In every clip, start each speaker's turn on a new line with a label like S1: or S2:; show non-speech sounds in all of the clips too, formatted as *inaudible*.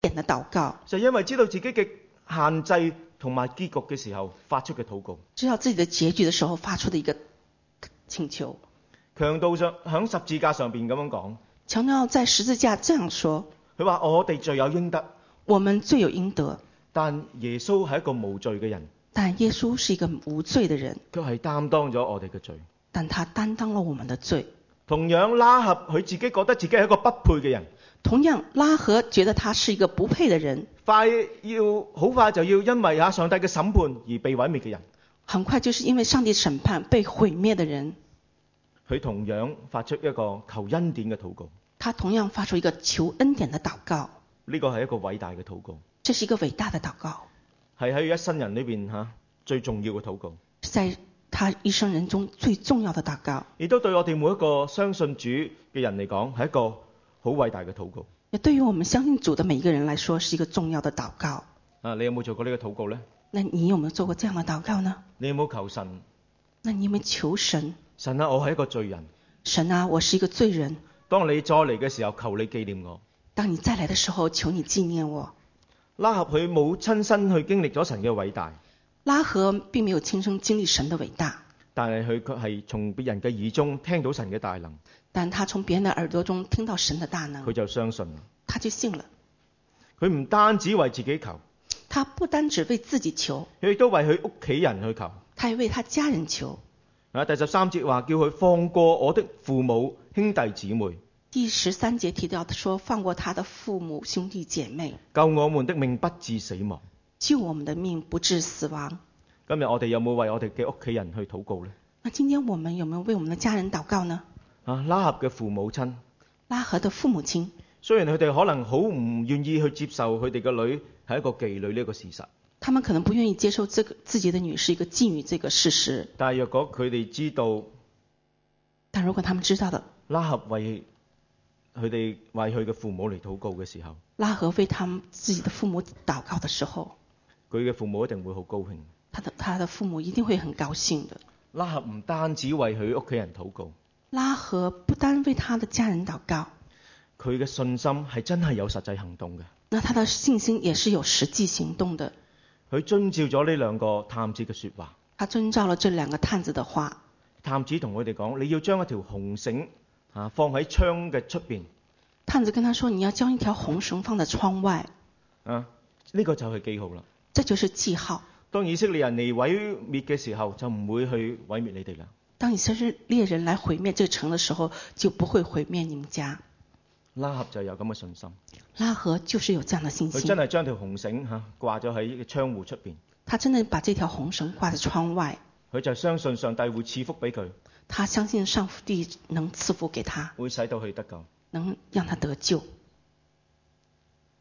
S1: 典的祷告，
S2: 就因為知道自己嘅限制同埋結局嘅時候發出嘅禱告。
S1: 知道自己的结局的时候发出的一个请求。
S2: 強盜上喺十字架上邊咁樣講，
S1: 强调在十字架这样说
S2: 佢話：我哋罪有應得，：“
S1: 我们罪有应得，
S2: 但耶穌係一個無罪嘅人，
S1: 但耶稣是一个无罪的人，
S2: 佢係擔當咗我哋嘅罪。
S1: 但他担当了我们的罪。
S2: 同樣拉合佢自己覺得自己係一個不配嘅人，
S1: 同样，拉合觉得他是一个不配的人，
S2: 快要好快就要因為啊上帝嘅審判而被毀滅嘅人，
S1: 很快就是因为上帝审判被毁灭的人，
S2: 佢同樣發出一個求恩典嘅禱告。
S1: 他同样发出一个求恩典的祷告。
S2: 呢個係一個偉大嘅禱告，
S1: 这是一个伟大的祷告，
S2: 係喺佢一生人裏邊嚇最重要嘅禱告，
S1: 是在他一生人中最重要的祷告，
S2: 亦都對我哋每一個相信主嘅人嚟講係一個好偉大嘅禱告。
S1: 也对于我们相信主的每一个人来说是一个重要的祷告。
S2: 啊，你有冇做過呢個禱告呢？
S1: 那你有没有做过这样的祷告呢？
S2: 你有冇求神？
S1: 那你有没有求神？
S2: 神啊，我係一個罪人。
S1: 神啊，我是一个罪人，
S2: 當你再嚟嘅時候，求你紀念我。
S1: 当你再来的时候，求你纪念我。
S2: 拉合佢冇親身去經歷咗神嘅偉大，
S1: 拉合并没有亲身经历神的伟大，
S2: 但係佢佢係從別人嘅耳中聽到神嘅大能，
S1: 但他从别人的耳朵中听到神的大能
S2: 佢，就相信啦。
S1: 他就信了。
S2: 佢唔單止為自己求，
S1: 他不单只为自己求，
S2: 佢亦都為佢屋企人去求。
S1: 他也为他家人求。
S2: 啊，第十三節話叫佢放過我的父母、兄弟姊妹，
S1: 第十三节提到说，放过他的父母、兄弟姐妹，
S2: 救我們的命不致死亡。
S1: 救我们的命不致死亡。
S2: 今日我哋有冇為我哋嘅屋企人去禱告呢？
S1: 那今天我们有没有为我们的家人祷告呢？
S2: 啊，拉合嘅父母親，
S1: 拉合的父母亲，
S2: 雖然佢哋可能好唔願意去接受佢哋嘅女係一個妓女呢一個事實，
S1: 他们可能不愿意接受这个自己的女是一个妓女这个事实，
S2: 但係若果佢哋知道
S1: 但如果他们知道了
S2: 拉合為佢哋為佢嘅父母嚟禱告嘅時候，
S1: 拉合为他们自己的父母祷告的时候，
S2: 佢嘅父母一定會好高興。
S1: 他的他的父母一定会很高兴的。
S2: 拉合唔單止為佢屋企人禱告，
S1: 拉合不单为他的家人祷告，
S2: 佢嘅信心係真係有實際行動嘅。
S1: 那他的信心也是有实际行动的。
S2: 佢遵照咗呢兩個探子嘅説話，
S1: 他遵照了这两个探子的话，
S2: 探子同佢哋講：你要將一條紅繩啊放喺窗嘅出邊
S1: 探子跟他说：“你要将一条红绳放在窗外，
S2: 啊，呢、個就係記號啦。
S1: 这就是记号。
S2: 當以色列人嚟毀滅嘅時候，就唔會去毀滅你哋啦。
S1: 当以色列人来毁灭这城的时候，就不会毁灭你们家。
S2: 拉合就有咁嘅信心，”
S1: 拉合就是有这样的信
S2: 佢
S1: 心
S2: 真，係將條紅繩嚇、掛咗喺窗户出邊，
S1: 他真的把这条红绳挂在窗外，
S2: 佢就相信上帝會賜福俾佢，
S1: 他相信上帝能赐福给他，
S2: 會使到佢得救。
S1: 能让他得救。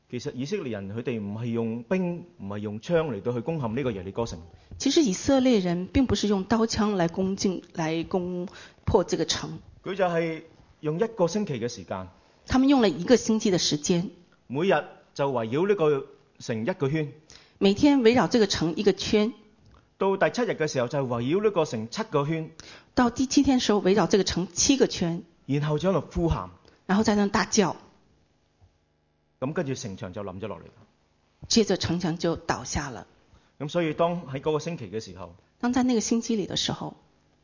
S2: 其實以色列人佢哋唔係用兵，唔係用槍嚟到去攻陷呢個耶利哥城，
S1: 其实以色列人并不是用刀枪来攻进、来攻破这个城，
S2: 佢就係用一個星期嘅時間，
S1: 他们用了一个星期的时间，
S2: 每日就圍繞呢個城一個圈。
S1: 每天围绕这个城一个圈，
S2: 到第七日嘅時候就圍繞呢個城七個圈，
S1: 到第七天的时候围绕这个城七个圈，
S2: 然後就喺度呼喊，
S1: 然后在那大叫，
S2: 咁跟住城牆就冧咗落嚟。
S1: 接着城墙就倒下了。
S2: 咁所以當喺嗰個星期嘅時候，
S1: 当在那个星期里的时候，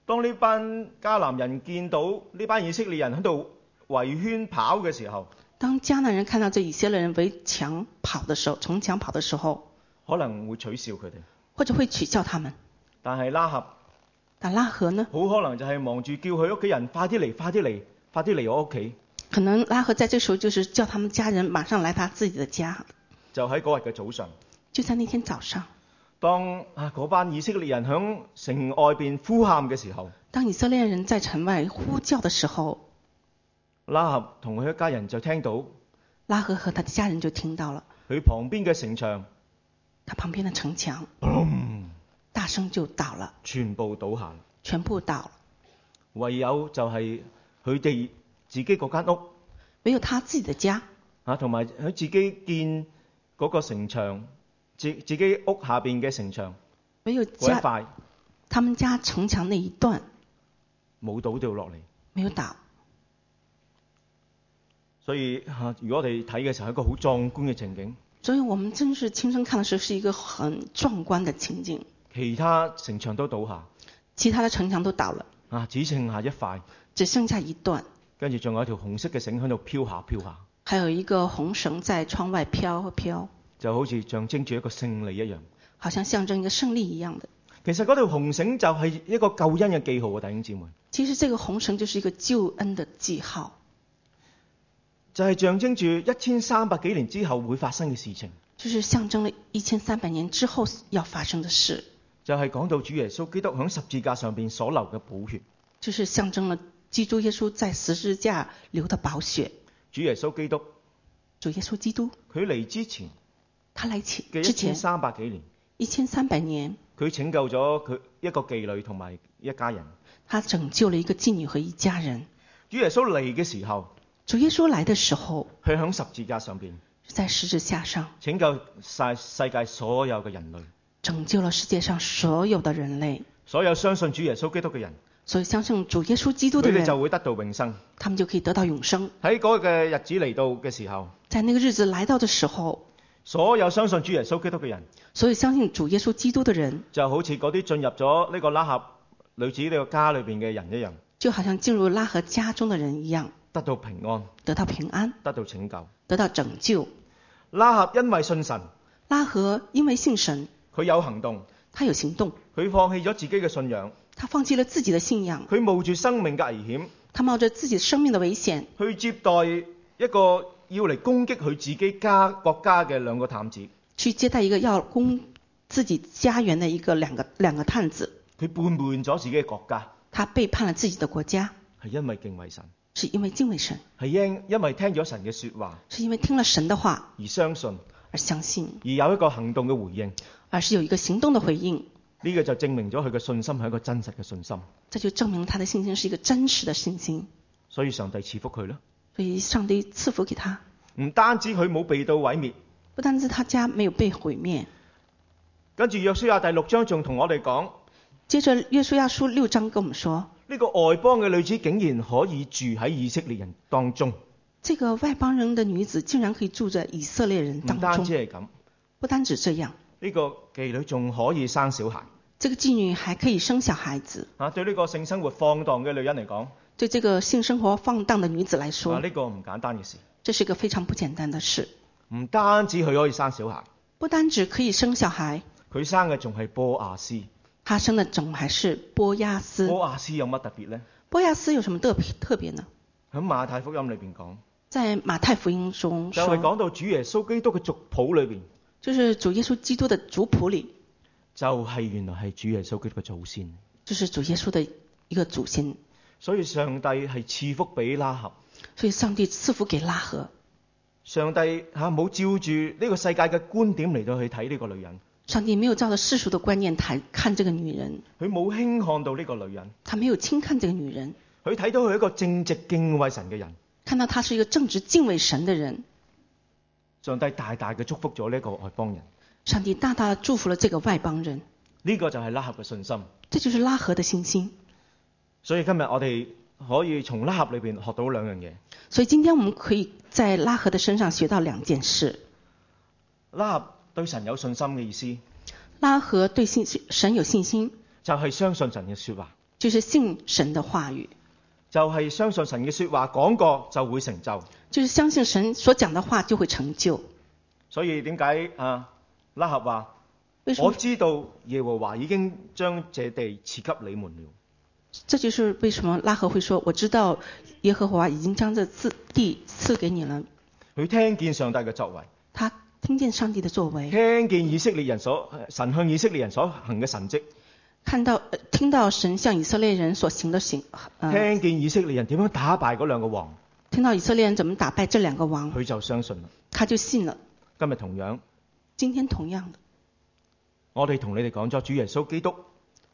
S2: 當呢班迦南人見到呢班以色列人喺度圍圈跑嘅時候，
S1: 当迦南人看到这以色列人围墙跑的时候，城墙跑的时候，
S2: 可能會取笑佢哋。
S1: 或者会取笑他们。
S2: 但係拉合
S1: 但拉合呢？
S2: 好可能就係忙住叫佢屋企人快啲嚟，快啲嚟，快啲嚟我屋企。
S1: 可能拉合在这时候就是叫他们家人马上来他自己的家，
S2: 就喺嗰日嘅早上，
S1: 就在那天早上，
S2: 當啊嗰班以色列人響城外邊呼喊嘅時候，
S1: 当以色列人在城外呼叫的时候，
S2: 拉合同佢一家人就聽到
S1: 拉合和他的家人就听到了，
S2: 佢旁邊嘅城牆
S1: 他旁边的城墙，大声就倒了，
S2: 全部倒下，
S1: 全部倒了，
S2: 唯有就係佢哋自己嗰間屋
S1: 唯有他自己的家，
S2: 啊，同埋佢自己建嗰個城牆，自自己屋下邊嘅城牆
S1: 唯有
S2: 嗰
S1: 家
S2: 一塊
S1: 他们家城墙那一段
S2: 冇倒掉落嚟。
S1: 没有倒。
S2: 所以嚇、啊如果我哋睇嘅時候，係一個好壯觀嘅情景。
S1: 所以我们真是亲身看的时候是一个很壮观的情景，
S2: 其他城牆都倒下，
S1: 其他的城墙都倒了，
S2: 啊，只剩下一塊，
S1: 只剩下一段，
S2: 跟住仲有一條紅色嘅繩喺度飄下飄下，
S1: 还有一个红绳在窗外飘飘，
S2: 就好似象徵住一個勝利一樣。
S1: 好像象征一个胜利一样的。
S2: 其實嗰條紅繩就係一個救恩嘅記號啊，弟兄姊妹，
S1: 其实这个红绳就是一个救恩的记号，
S2: 就係、象徵住一千三百幾年之後會發生嘅事情，
S1: 就是象征了一千三百年之后要发生的事，
S2: 就係、講到主耶穌基督喺十字架上邊所流嘅寶血。
S1: 就是象征了基督耶稣在十字架流的宝血。
S2: 主耶穌基督
S1: 主耶稣基督
S2: 佢嚟之前
S1: 他来前
S2: 嘅一
S1: 之
S2: 千
S1: 前
S2: 三百幾年，
S1: 一千三百年，
S2: 佢拯救咗佢一個妓女同埋一家人。
S1: 他拯救了一個妓女和一家人。
S2: 主耶穌嚟嘅時候，
S1: 主耶稣来的时候
S2: 佢喺十字架上邊
S1: 是在十字架上
S2: 拯救晒世界所有嘅人類，
S1: 拯救了世界上所有的人類，
S2: 所有相信主耶穌基督嘅人，
S1: 所以相信主耶稣基督
S2: 佢
S1: 的
S2: 哋
S1: 人，
S2: 就會得到永生。
S1: 他们就可以得到永生。
S2: 喺嗰個嘅日子嚟到嘅時候，
S1: 在那个日子来到的时候，
S2: 所有相信主耶穌基督嘅人，
S1: 所以相信主耶稣基督的人，
S2: 就好似嗰啲進入咗呢個拉合女子呢個家裏邊嘅人一樣，
S1: 就好像进入拉合家中的人一样，
S2: 得到平安，
S1: 得到平安，
S2: 得到拯救。
S1: 得到拯救。
S2: 拉合因為信神，
S1: 拉合因为信神，
S2: 佢有行動，
S1: 他有行動，
S2: 佢放棄咗自己嘅信仰，
S1: 他放棄了自己的信仰，
S2: 佢冒住生命嘅危險。
S1: 他冒着自己生命的危險
S2: 去接待一個要嚟攻擊佢自己家國家嘅兩個探子，
S1: 去接待一個要攻自己家园的一个两个两个探子，
S2: 佢背叛咗自己嘅國家，
S1: 他背叛了自己的国家，
S2: 係因為敬畏神，
S1: 是因为敬畏神，
S2: 係因因為聽咗神嘅説話
S1: 是因为聽了神的话
S2: 而相信，
S1: 而相信，
S2: 而有一個行動嘅回應。
S1: 而是有一个行動的回應。
S2: 呢、個就證明咗佢嘅信心係一個真實嘅信心，
S1: 这就證明他的信心是一个真實的信心，
S2: 所以上帝賜福佢啦。
S1: 所以上帝赐福給他。
S2: 唔單止佢冇被到毀滅，
S1: 不但是他家沒有被毀滅，
S2: 跟住約書亞第六章仲同我哋講，
S1: 接着約書亞書六章跟我們說，
S2: 呢、個外邦嘅女子竟然可以住喺以色列人當中，
S1: 这个外邦人的女子竟然可以住在以色列人
S2: 唔
S1: 當
S2: 單
S1: 中，
S2: 止係咁，呢、
S1: 不單止這樣，
S2: 個妓女仲可以生小孩。
S1: 這個妓女還可以生小孩子。
S2: 啊，對呢個性生活放蕩嘅女人嚟講，
S1: 对這個性生活放蕩的女子來
S2: 啊
S1: 說，
S2: 呢個唔簡單嘅事，
S1: 这是个非常不簡單的事。
S2: 唔單止佢可以生小孩，
S1: 不單只可以生小孩，
S2: 佢生嘅仲係波亞斯。
S1: 他生的种还是波亚斯。
S2: 波亞斯有乜特別呢？
S1: 波亚斯有什么特别特别呢？
S2: 喺馬太福音裏邊講，
S1: 在马太福音中
S2: 就係、
S1: 说，
S2: 講到主耶穌基督嘅族譜裏邊，
S1: 就是主耶穌基督的族譜里，
S2: 就係、原來係主耶穌基督嘅祖先。
S1: 就是主耶穌的一個祖先。
S2: 所以上帝係賜福俾拉合，
S1: 所以上帝赐福給拉合，
S2: 上帝嚇冇照住呢個世界嘅觀點嚟到去睇呢個女人，
S1: 上帝沒有照着世俗的觀念谈看這個女人，
S2: 佢冇輕看到呢個女人，
S1: 他沒有輕看這個女人，
S2: 佢睇到佢一個正直敬畏神嘅人，
S1: 看到她是一個正直敬畏神的人。
S2: 上帝大大嘅祝福咗呢個外邦人。
S1: 上帝大大地祝福了這個外邦人，
S2: 呢、個就係拉合嘅信心。
S1: 這就是拉合的信心。
S2: 所以今日我哋可以從拉合裏邊學到兩樣嘢。
S1: 所以今天我們可以在拉合的身上學到兩件事：
S2: 拉合對神有信心嘅意思，
S1: 拉合對信神有信心，
S2: 就係、相信神嘅説話，
S1: 就是信神的話語，
S2: 就係、相信神嘅説話講過就會成就。
S1: 就是相信神所講的話就會成就。
S2: 所以點解啊？拉合話：
S1: 为什
S2: 我
S1: 么？
S2: 知道耶和華已經將這地賜給你們了。
S1: 这就是為什麼拉合會說：“我知道耶和華已經將這次地賜給你了。
S2: 佢聽見上帝嘅作為，”
S1: 他聽見上帝的作為，
S2: 聽見以色列人所神向以色列人所行嘅神蹟，
S1: 看到、呃聽到神向以色列人所行的行，呃，
S2: 聽見以色列人點樣打敗嗰兩個王，
S1: 聽到以色列人怎麼打敗這兩個王，
S2: 佢就相信啦。
S1: 他就信了。
S2: 今日同樣，
S1: 今天同樣的，
S2: 我哋同你哋講咗主耶穌基督。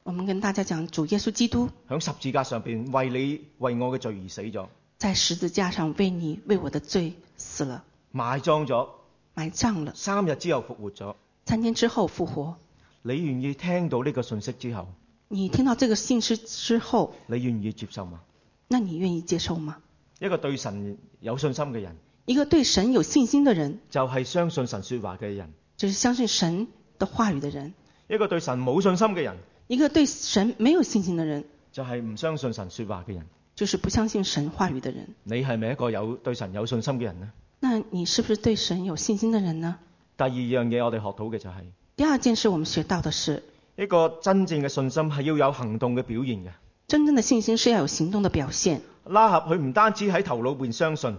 S1: 我們跟大家講，主耶穌基督
S2: 喺十字架上邊為你為我嘅罪而死咗，
S1: 在十字架上為你為我的罪死了，
S2: 埋葬咗，
S1: 埋葬了，
S2: 三日之後復活咗。
S1: 三天之後復活。
S2: 你願意聽到呢個信息之後，
S1: 你聽到這個信息之後，
S2: 你願意接受嗎？
S1: 那你願意接受嗎？
S2: 一個對神有信心嘅人，
S1: 一个对神有信心的人，
S2: 就係相信神説話嘅人；
S1: 就是相信神的话语的人；
S2: 一個對神冇信心嘅人，
S1: 一个对神没有信心的人，
S2: 就係唔相信神説話嘅人。
S1: 就是不相信神话语的人。
S2: 你係咪一個有對神有信心嘅人呢？
S1: 那你是不是对神有信心的人呢？
S2: 第二樣嘢我哋學到嘅就係、
S1: 第二件事我们学到的是，
S2: 一個真正嘅信心係要有行動嘅表現嘅。
S1: 真正的信心是要有行动的表现。
S2: 拉合佢唔單止喺頭腦邊相信，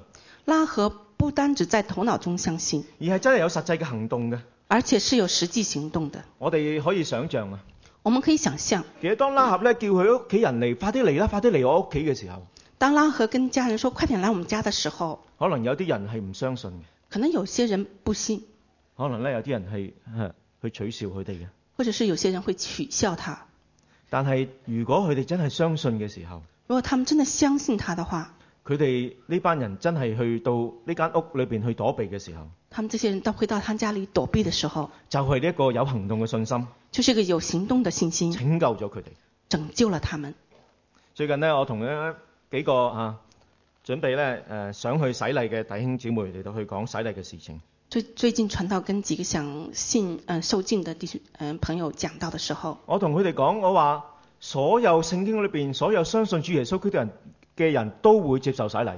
S1: 拉合不单只在头脑中相信，
S2: 而係真係有實際嘅行動嘅。
S1: 而且是有实际行动的。
S2: 我哋可以想象啊，
S1: 我们可以想象，
S2: 其實當拉合咧叫佢屋企人嚟，快啲嚟啦，快啲嚟我屋企嘅時候，
S1: 当拉合跟家人说“快点来我们家”的时候，
S2: 可能有啲人係唔相信嘅，
S1: 可能有些人不信，
S2: 可能咧有啲人係 *laughs* 呵去取笑佢哋嘅。
S1: 或者是有些人会取笑他。
S2: 但係如果佢哋真係相信嘅時候，
S1: 如果他们真的相信他的话，
S2: 佢哋呢班人真係去到呢間屋裏邊去躲避嘅時候，
S1: 他们这些人到回到他家里躲避的时候，
S2: 就係、一個有行動嘅信心
S1: 就是一个有行动的信心，
S2: 拯救咗佢哋。
S1: 拯救了他们。
S2: 最近呢，我同咧幾個啊準備咧誒、呃想去洗禮嘅弟兄姊妹嚟到去講洗禮嘅事情。
S1: 最最近传道跟几个想信嗯、呃受浸的弟兄嗯、朋友讲到的时候，
S2: 我同佢哋講，我話所有聖經裏邊所有相信主耶穌基督人嘅人都會接受洗禮。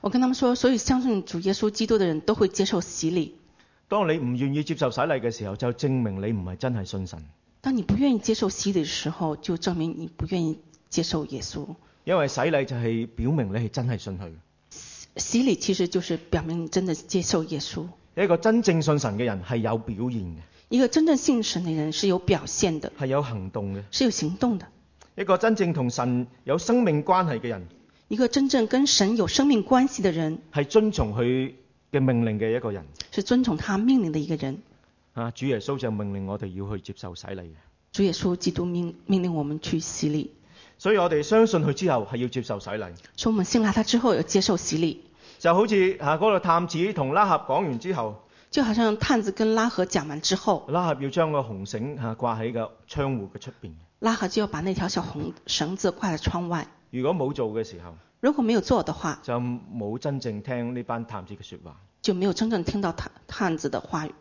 S1: 我跟他们说，所有相信主耶稣基督的人都会接受洗礼。
S2: 當你唔願意接受洗禮嘅時候，就證明你唔係真係信神，
S1: 当你不愿意接受洗礼的时候，就证明你不愿意接受耶稣。
S2: 因為洗禮就係表明你係真係信佢。
S1: 洗礼其实就是表明你真的接受耶稣。
S2: 一個真正信神嘅人係有表現嘅，
S1: 一个真正信神的人是有表现的，
S2: 係有行動嘅。
S1: 是有行动的。
S2: 一個真正同神有生命關係嘅人
S1: 一个真正跟神有生命关系的人，
S2: 係遵從佢嘅命令嘅一個人。
S1: 是遵从他命令的一个人。
S2: 啊，主耶穌就命令我哋要去接受洗禮嘅，
S1: 主耶稣基督命命令我们去洗礼，
S2: 所以我哋相信佢之後係要接受洗禮，
S1: 所以我们信了他之后要接受洗礼，
S2: 就好似啊嗰個探子同拉合講完之後，
S1: 就好像探子跟拉合讲完之后，
S2: 拉合要將個紅繩啊掛喺個窗户嘅出邊。
S1: 拉合就要把那条小红绳子挂在窗外。
S2: 如果冇做嘅時候，
S1: 如果没有做的话，
S2: 就冇真正聽呢班探子嘅説話。
S1: 就没有真正听到探探子的话语。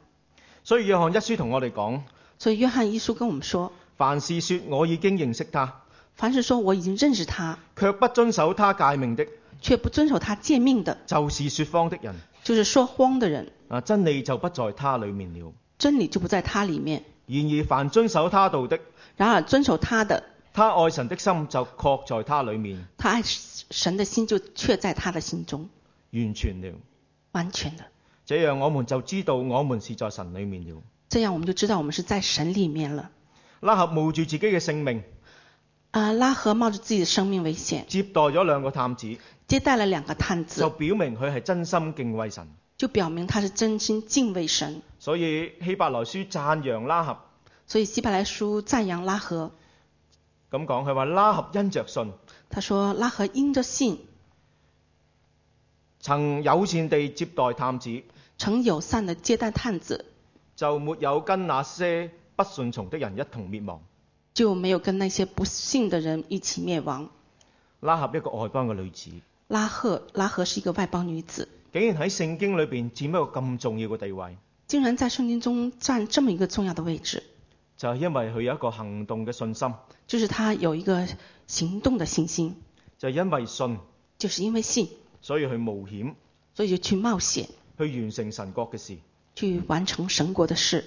S2: 所以約翰一書同我哋講，
S1: 所以约翰一书跟我们说，
S2: 凡事説我已經認識他，
S1: 凡是说我已经认识他，
S2: 卻不遵守他戒命的，
S1: 却不遵守他诫命的，
S2: 就是説謊的人。
S1: 就是说谎的人，
S2: 啊，真理就不在他裡面了。
S1: 真理就不在他里面。
S2: 然而凡遵守他道的，
S1: 然而遵守他的，
S2: 他愛神的心就確在他裡面，
S1: 他爱神的心就却在他的心中，
S2: 完全了。
S1: 完全的。
S2: 這樣我們就知道我們是在神裡面了。
S1: 这样我们就知道我们是在神里面了。
S2: 拉合冒住自己嘅性命，
S1: 啊，拉合冒着自己的生命危险
S2: 接待咗兩個探子，
S1: 接待了两个探
S2: 就
S1: 子，
S2: 表明佢係真心敬畏神。
S1: 就表明他是真心敬畏神。
S2: 所以希伯來書讚揚拉合，
S1: 所以希伯来书赞扬拉合，
S2: 咁講佢話拉合因着信，
S1: 他说拉合因着信
S2: 曾友善地接待探子，
S1: 曾友善的接待探子，
S2: 就沒有跟那些不順從的人一同滅亡。
S1: 就没有跟那些不信的人一起滅亡。
S2: 拉合一個外邦嘅女子，
S1: 拉赫拉合是一個外邦女子，
S2: 竟然喺聖經裏邊佔一個咁重要嘅地位，
S1: 竟然在聖經中占这么一個重要的位置，
S2: 就係、因為佢有一個行動嘅信心，
S1: 就是她有一個行動的信心，
S2: 就係、因為信，
S1: 就是因為信，
S2: 所以去冒險
S1: 所以就去冒險，
S2: 去完成神國嘅事，
S1: 去完成神國的事，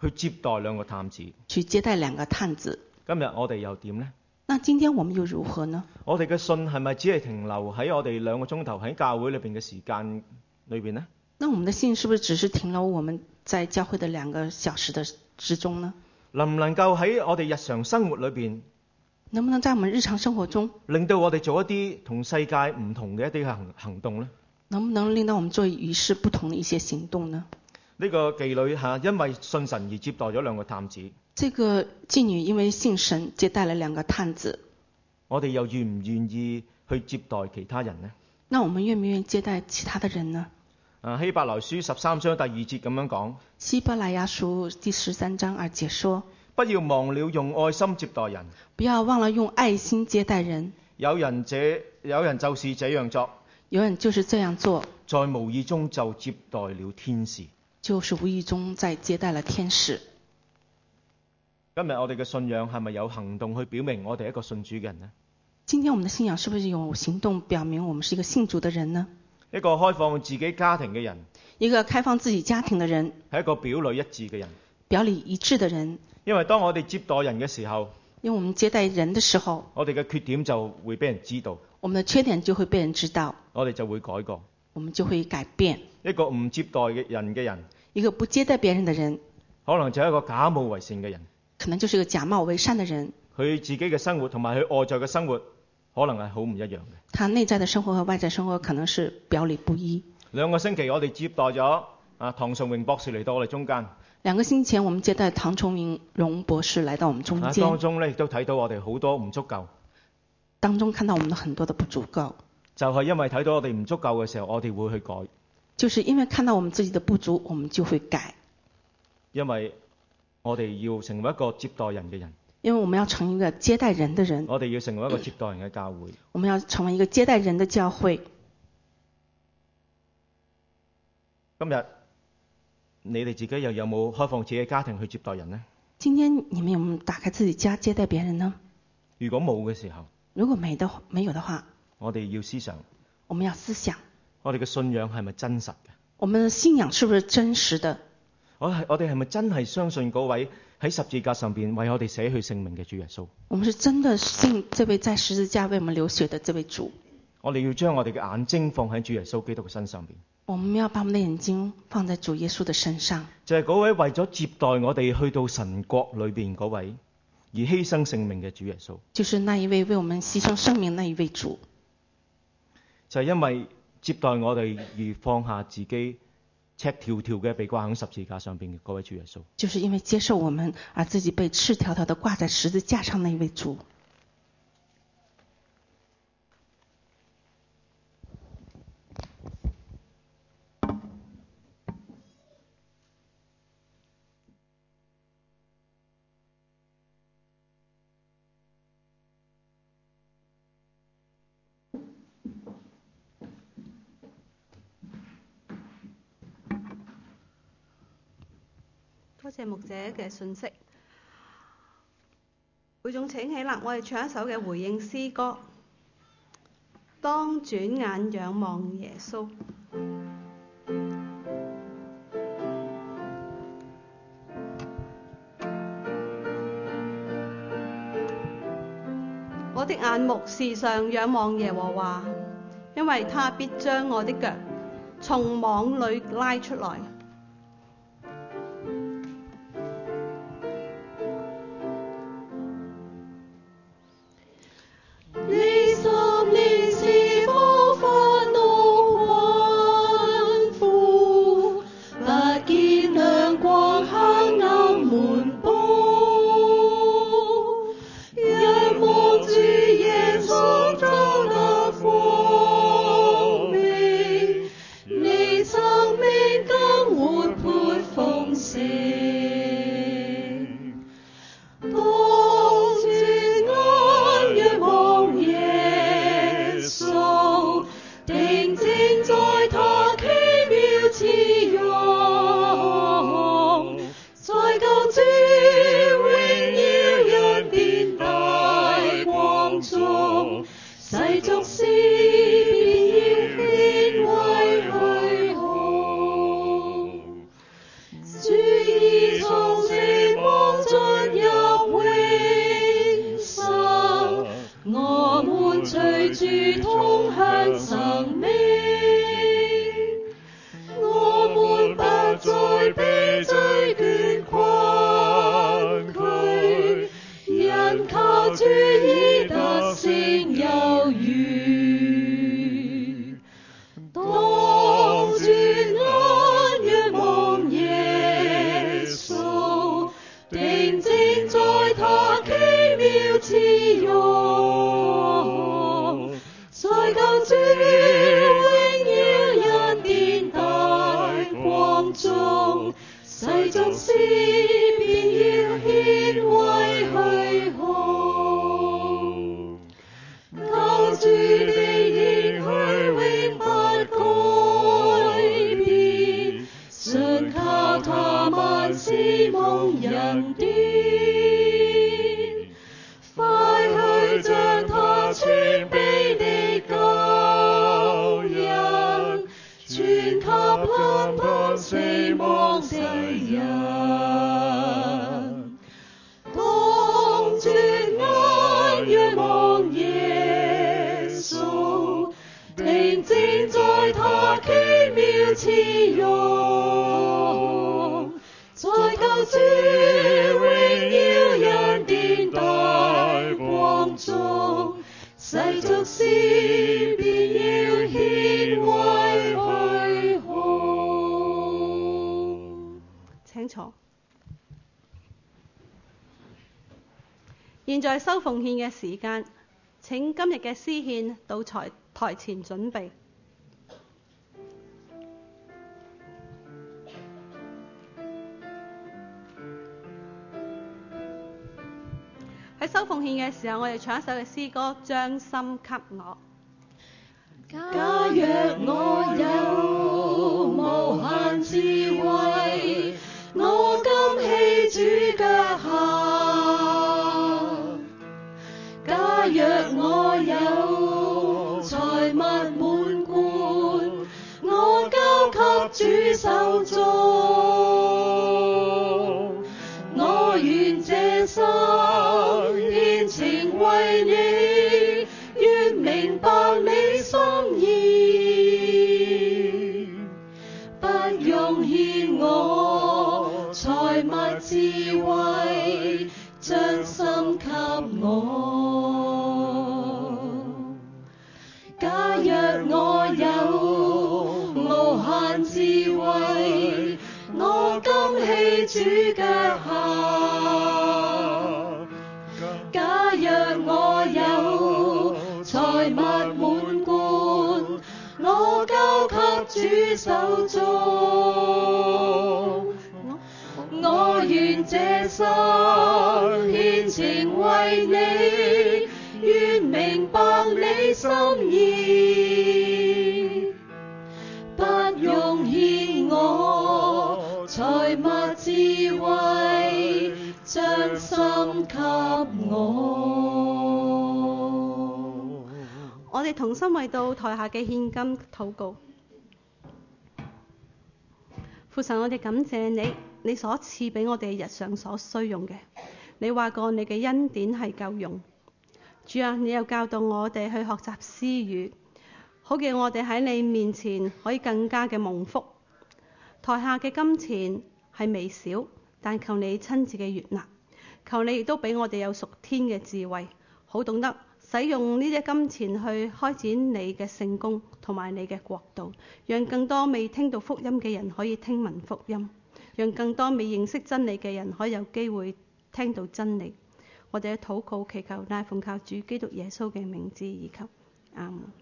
S2: 去接待兩個探子。
S1: 去接待兩個探子。
S2: 今日我哋又點呢？
S1: 那今天我們又如何呢？
S2: 我哋嘅信係咪只係停留喺我哋兩個鐘頭喺教會裏邊嘅時間裏邊呢？
S1: 那我們的信是不是只是停留我們在教會的兩個小時的之中呢？
S2: 能唔能夠喺我哋日常生活裏邊，
S1: 能不能在我們日常生活中，
S2: 令到我哋做一啲同世界唔同嘅一啲行行動呢？
S1: 能不能令到我們做與世不同的一些行動呢？
S2: 呢、個妓女嚇、因為信神而接待咗兩個探子，
S1: 这个妓女因为信神，接待了两个探子。
S2: 我哋又願唔願意去接待其他人呢？
S1: 那我们愿不愿意接待其他的人呢？
S2: 啊，希伯來書十三章第二節咁樣講：
S1: 希伯来亚书第十三章二节说
S2: 不要忘了用愛心接待人，：“
S1: 不要忘了用爱心接待人。
S2: 有人這有人就是這樣作，
S1: 有人就是这样做，
S2: 在無意中就接待了天使。
S1: 就是无意中在接待了天使。
S2: 今日我哋嘅信仰係咪有行動去表明我哋係一個信主嘅人呢？
S1: 今天我们的信仰是不是有行动表明我们是一个信主的人呢？
S2: 一個開放自己家庭嘅人，
S1: 一个开放自己家庭的人，
S2: 係一個表裏一致嘅人。
S1: 表里一致的人，
S2: 因為當我哋接待人嘅時候，
S1: 因为我们接待人的时候，
S2: 我哋嘅缺點就會俾人知道，
S1: 我们的缺点就会被人知道，
S2: 我哋就會改過。
S1: 我们就会改变。
S2: 一個唔接待嘅人嘅人，
S1: 一个不接待别人的人，
S2: 可能就係一個假冒為善嘅人。
S1: 可能就是个假冒为善的人，
S2: 佢自己嘅生活同埋佢外在嘅生活，可能係好唔一樣嘅。
S1: 他内在的生活和外在生活可能是表里不一。
S2: 兩個星期我哋接待咗啊唐崇榮博士嚟到我哋中間，
S1: 两个星期前，我们接待唐崇明荣博士来到我们中
S2: 啊
S1: 间，
S2: 當中咧亦都睇到我哋好多唔足夠，
S1: 当中看到我们的很多的不足够，
S2: 就係、因為睇到我哋唔足夠嘅時候，我哋會去改，
S1: 就是因为看到我们自己的不足，我们就会改，
S2: 因為我哋要成為一個接待人嘅人，
S1: 因为我们要成为一个接待人的人，
S2: 我哋要成為一個接待人嘅教會。
S1: 我们要成为一个接待人的教会。
S2: 今日你哋自己又有冇開放自己嘅家庭去接待人呢？
S1: 今天你们有没有打开自己家接待别人呢？
S2: 如果冇嘅時候，
S1: 如果没的没有的话，
S2: 我哋要思想，
S1: 我们要思想，
S2: 我哋嘅信仰係咪真實嘅？
S1: 我们的信仰是不是真实的？
S2: 我係我哋係咪真係相信嗰位喺十字架上邊為我哋捨去性命嘅主耶穌？
S1: 我们是真的信这位在十字架为我们流血的这位主。
S2: 我哋要將我哋嘅眼睛放喺主耶穌基督嘅身上邊，
S1: 我们要把我们的眼睛放在主耶稣的身上，
S2: 就係、嗰位為咗接待我哋去到神國裏邊嗰位而犧牲性命嘅主耶穌，
S1: 就是那一位为我们牺牲生命那一位主。
S2: 就係、因為接待我哋而放下自己赤條條嘅被掛喺十字架上邊嘅嗰位主耶穌。
S1: 就是因为接受我们而自己被赤条条的挂在十字架上那一位主。
S3: 多謝牧者嘅信息。會眾請起立，我哋唱一首嘅回應詩歌。當轉眼仰望耶穌。我的眼目時常仰望耶和華，因為他必將我的腳從網裏拉出來。你心念是否煩惱困苦？不見亮光黑暗滿布。若望住耶穌就得光明，你生命更活潑豐盛。當轉眼仰望耶穌，定睛在他奇妙慈容，在救主榮耀恩典大光中，世俗事變變為虛空。主已從死亡進入永生，我們隨住通向生命，我們不再被罪倦困佢，人靠主已得勝有餘。當轉眼仰望耶穌，定睛在他奇妙慈容，在救主榮耀恩典大光中，世俗事便要顯為虛空。救主的應許永不改是無人殿，快去將他穿卑的舊人，傳給盼盼死亡的人。當轉眼若望耶穌，停止在他奇妙慈容，在救主榮耀恩典大光中，世俗事便要顯為虛空。
S4: 請坐。現在收奉獻嘅時間，請今日嘅詩獻到台台前準備。喺收奉獻嘅時候，我哋唱一首嘅詩歌《將心給我》。
S3: 假若我有無限智慧，我今起主腳下。假若我有財物滿貫，我交給主手中。我願這生獻情為你，願明白你心意，不用獻我財物智慧，將心給我。假若我有無限智慧，我今起主腳下。假若我有財物滿貫，我交給主手中。我願這生獻情為你，願明白你心意，不用獻我財物智慧，將心給我。
S4: 我哋同心為到台下嘅獻金禱告。父神，我哋感謝你，你所賜俾我哋日常所需用嘅。你話過你嘅恩典係夠用。主啊，你又教導我哋去學習私語，好叫我哋喺你面前可以更加嘅蒙福。台下嘅金錢係微小，但求你親自嘅悅納，求你亦都俾我哋有屬天嘅智慧，好懂得使用呢啲金錢去開展你嘅聖功同埋你嘅國度，讓更多未聽到福音嘅人可以聽聞福音，讓更多未認識真理嘅人可以有機會聽到真理。我哋嘅禱告祈求，乃奉靠主基督耶穌嘅名字以求，阿門。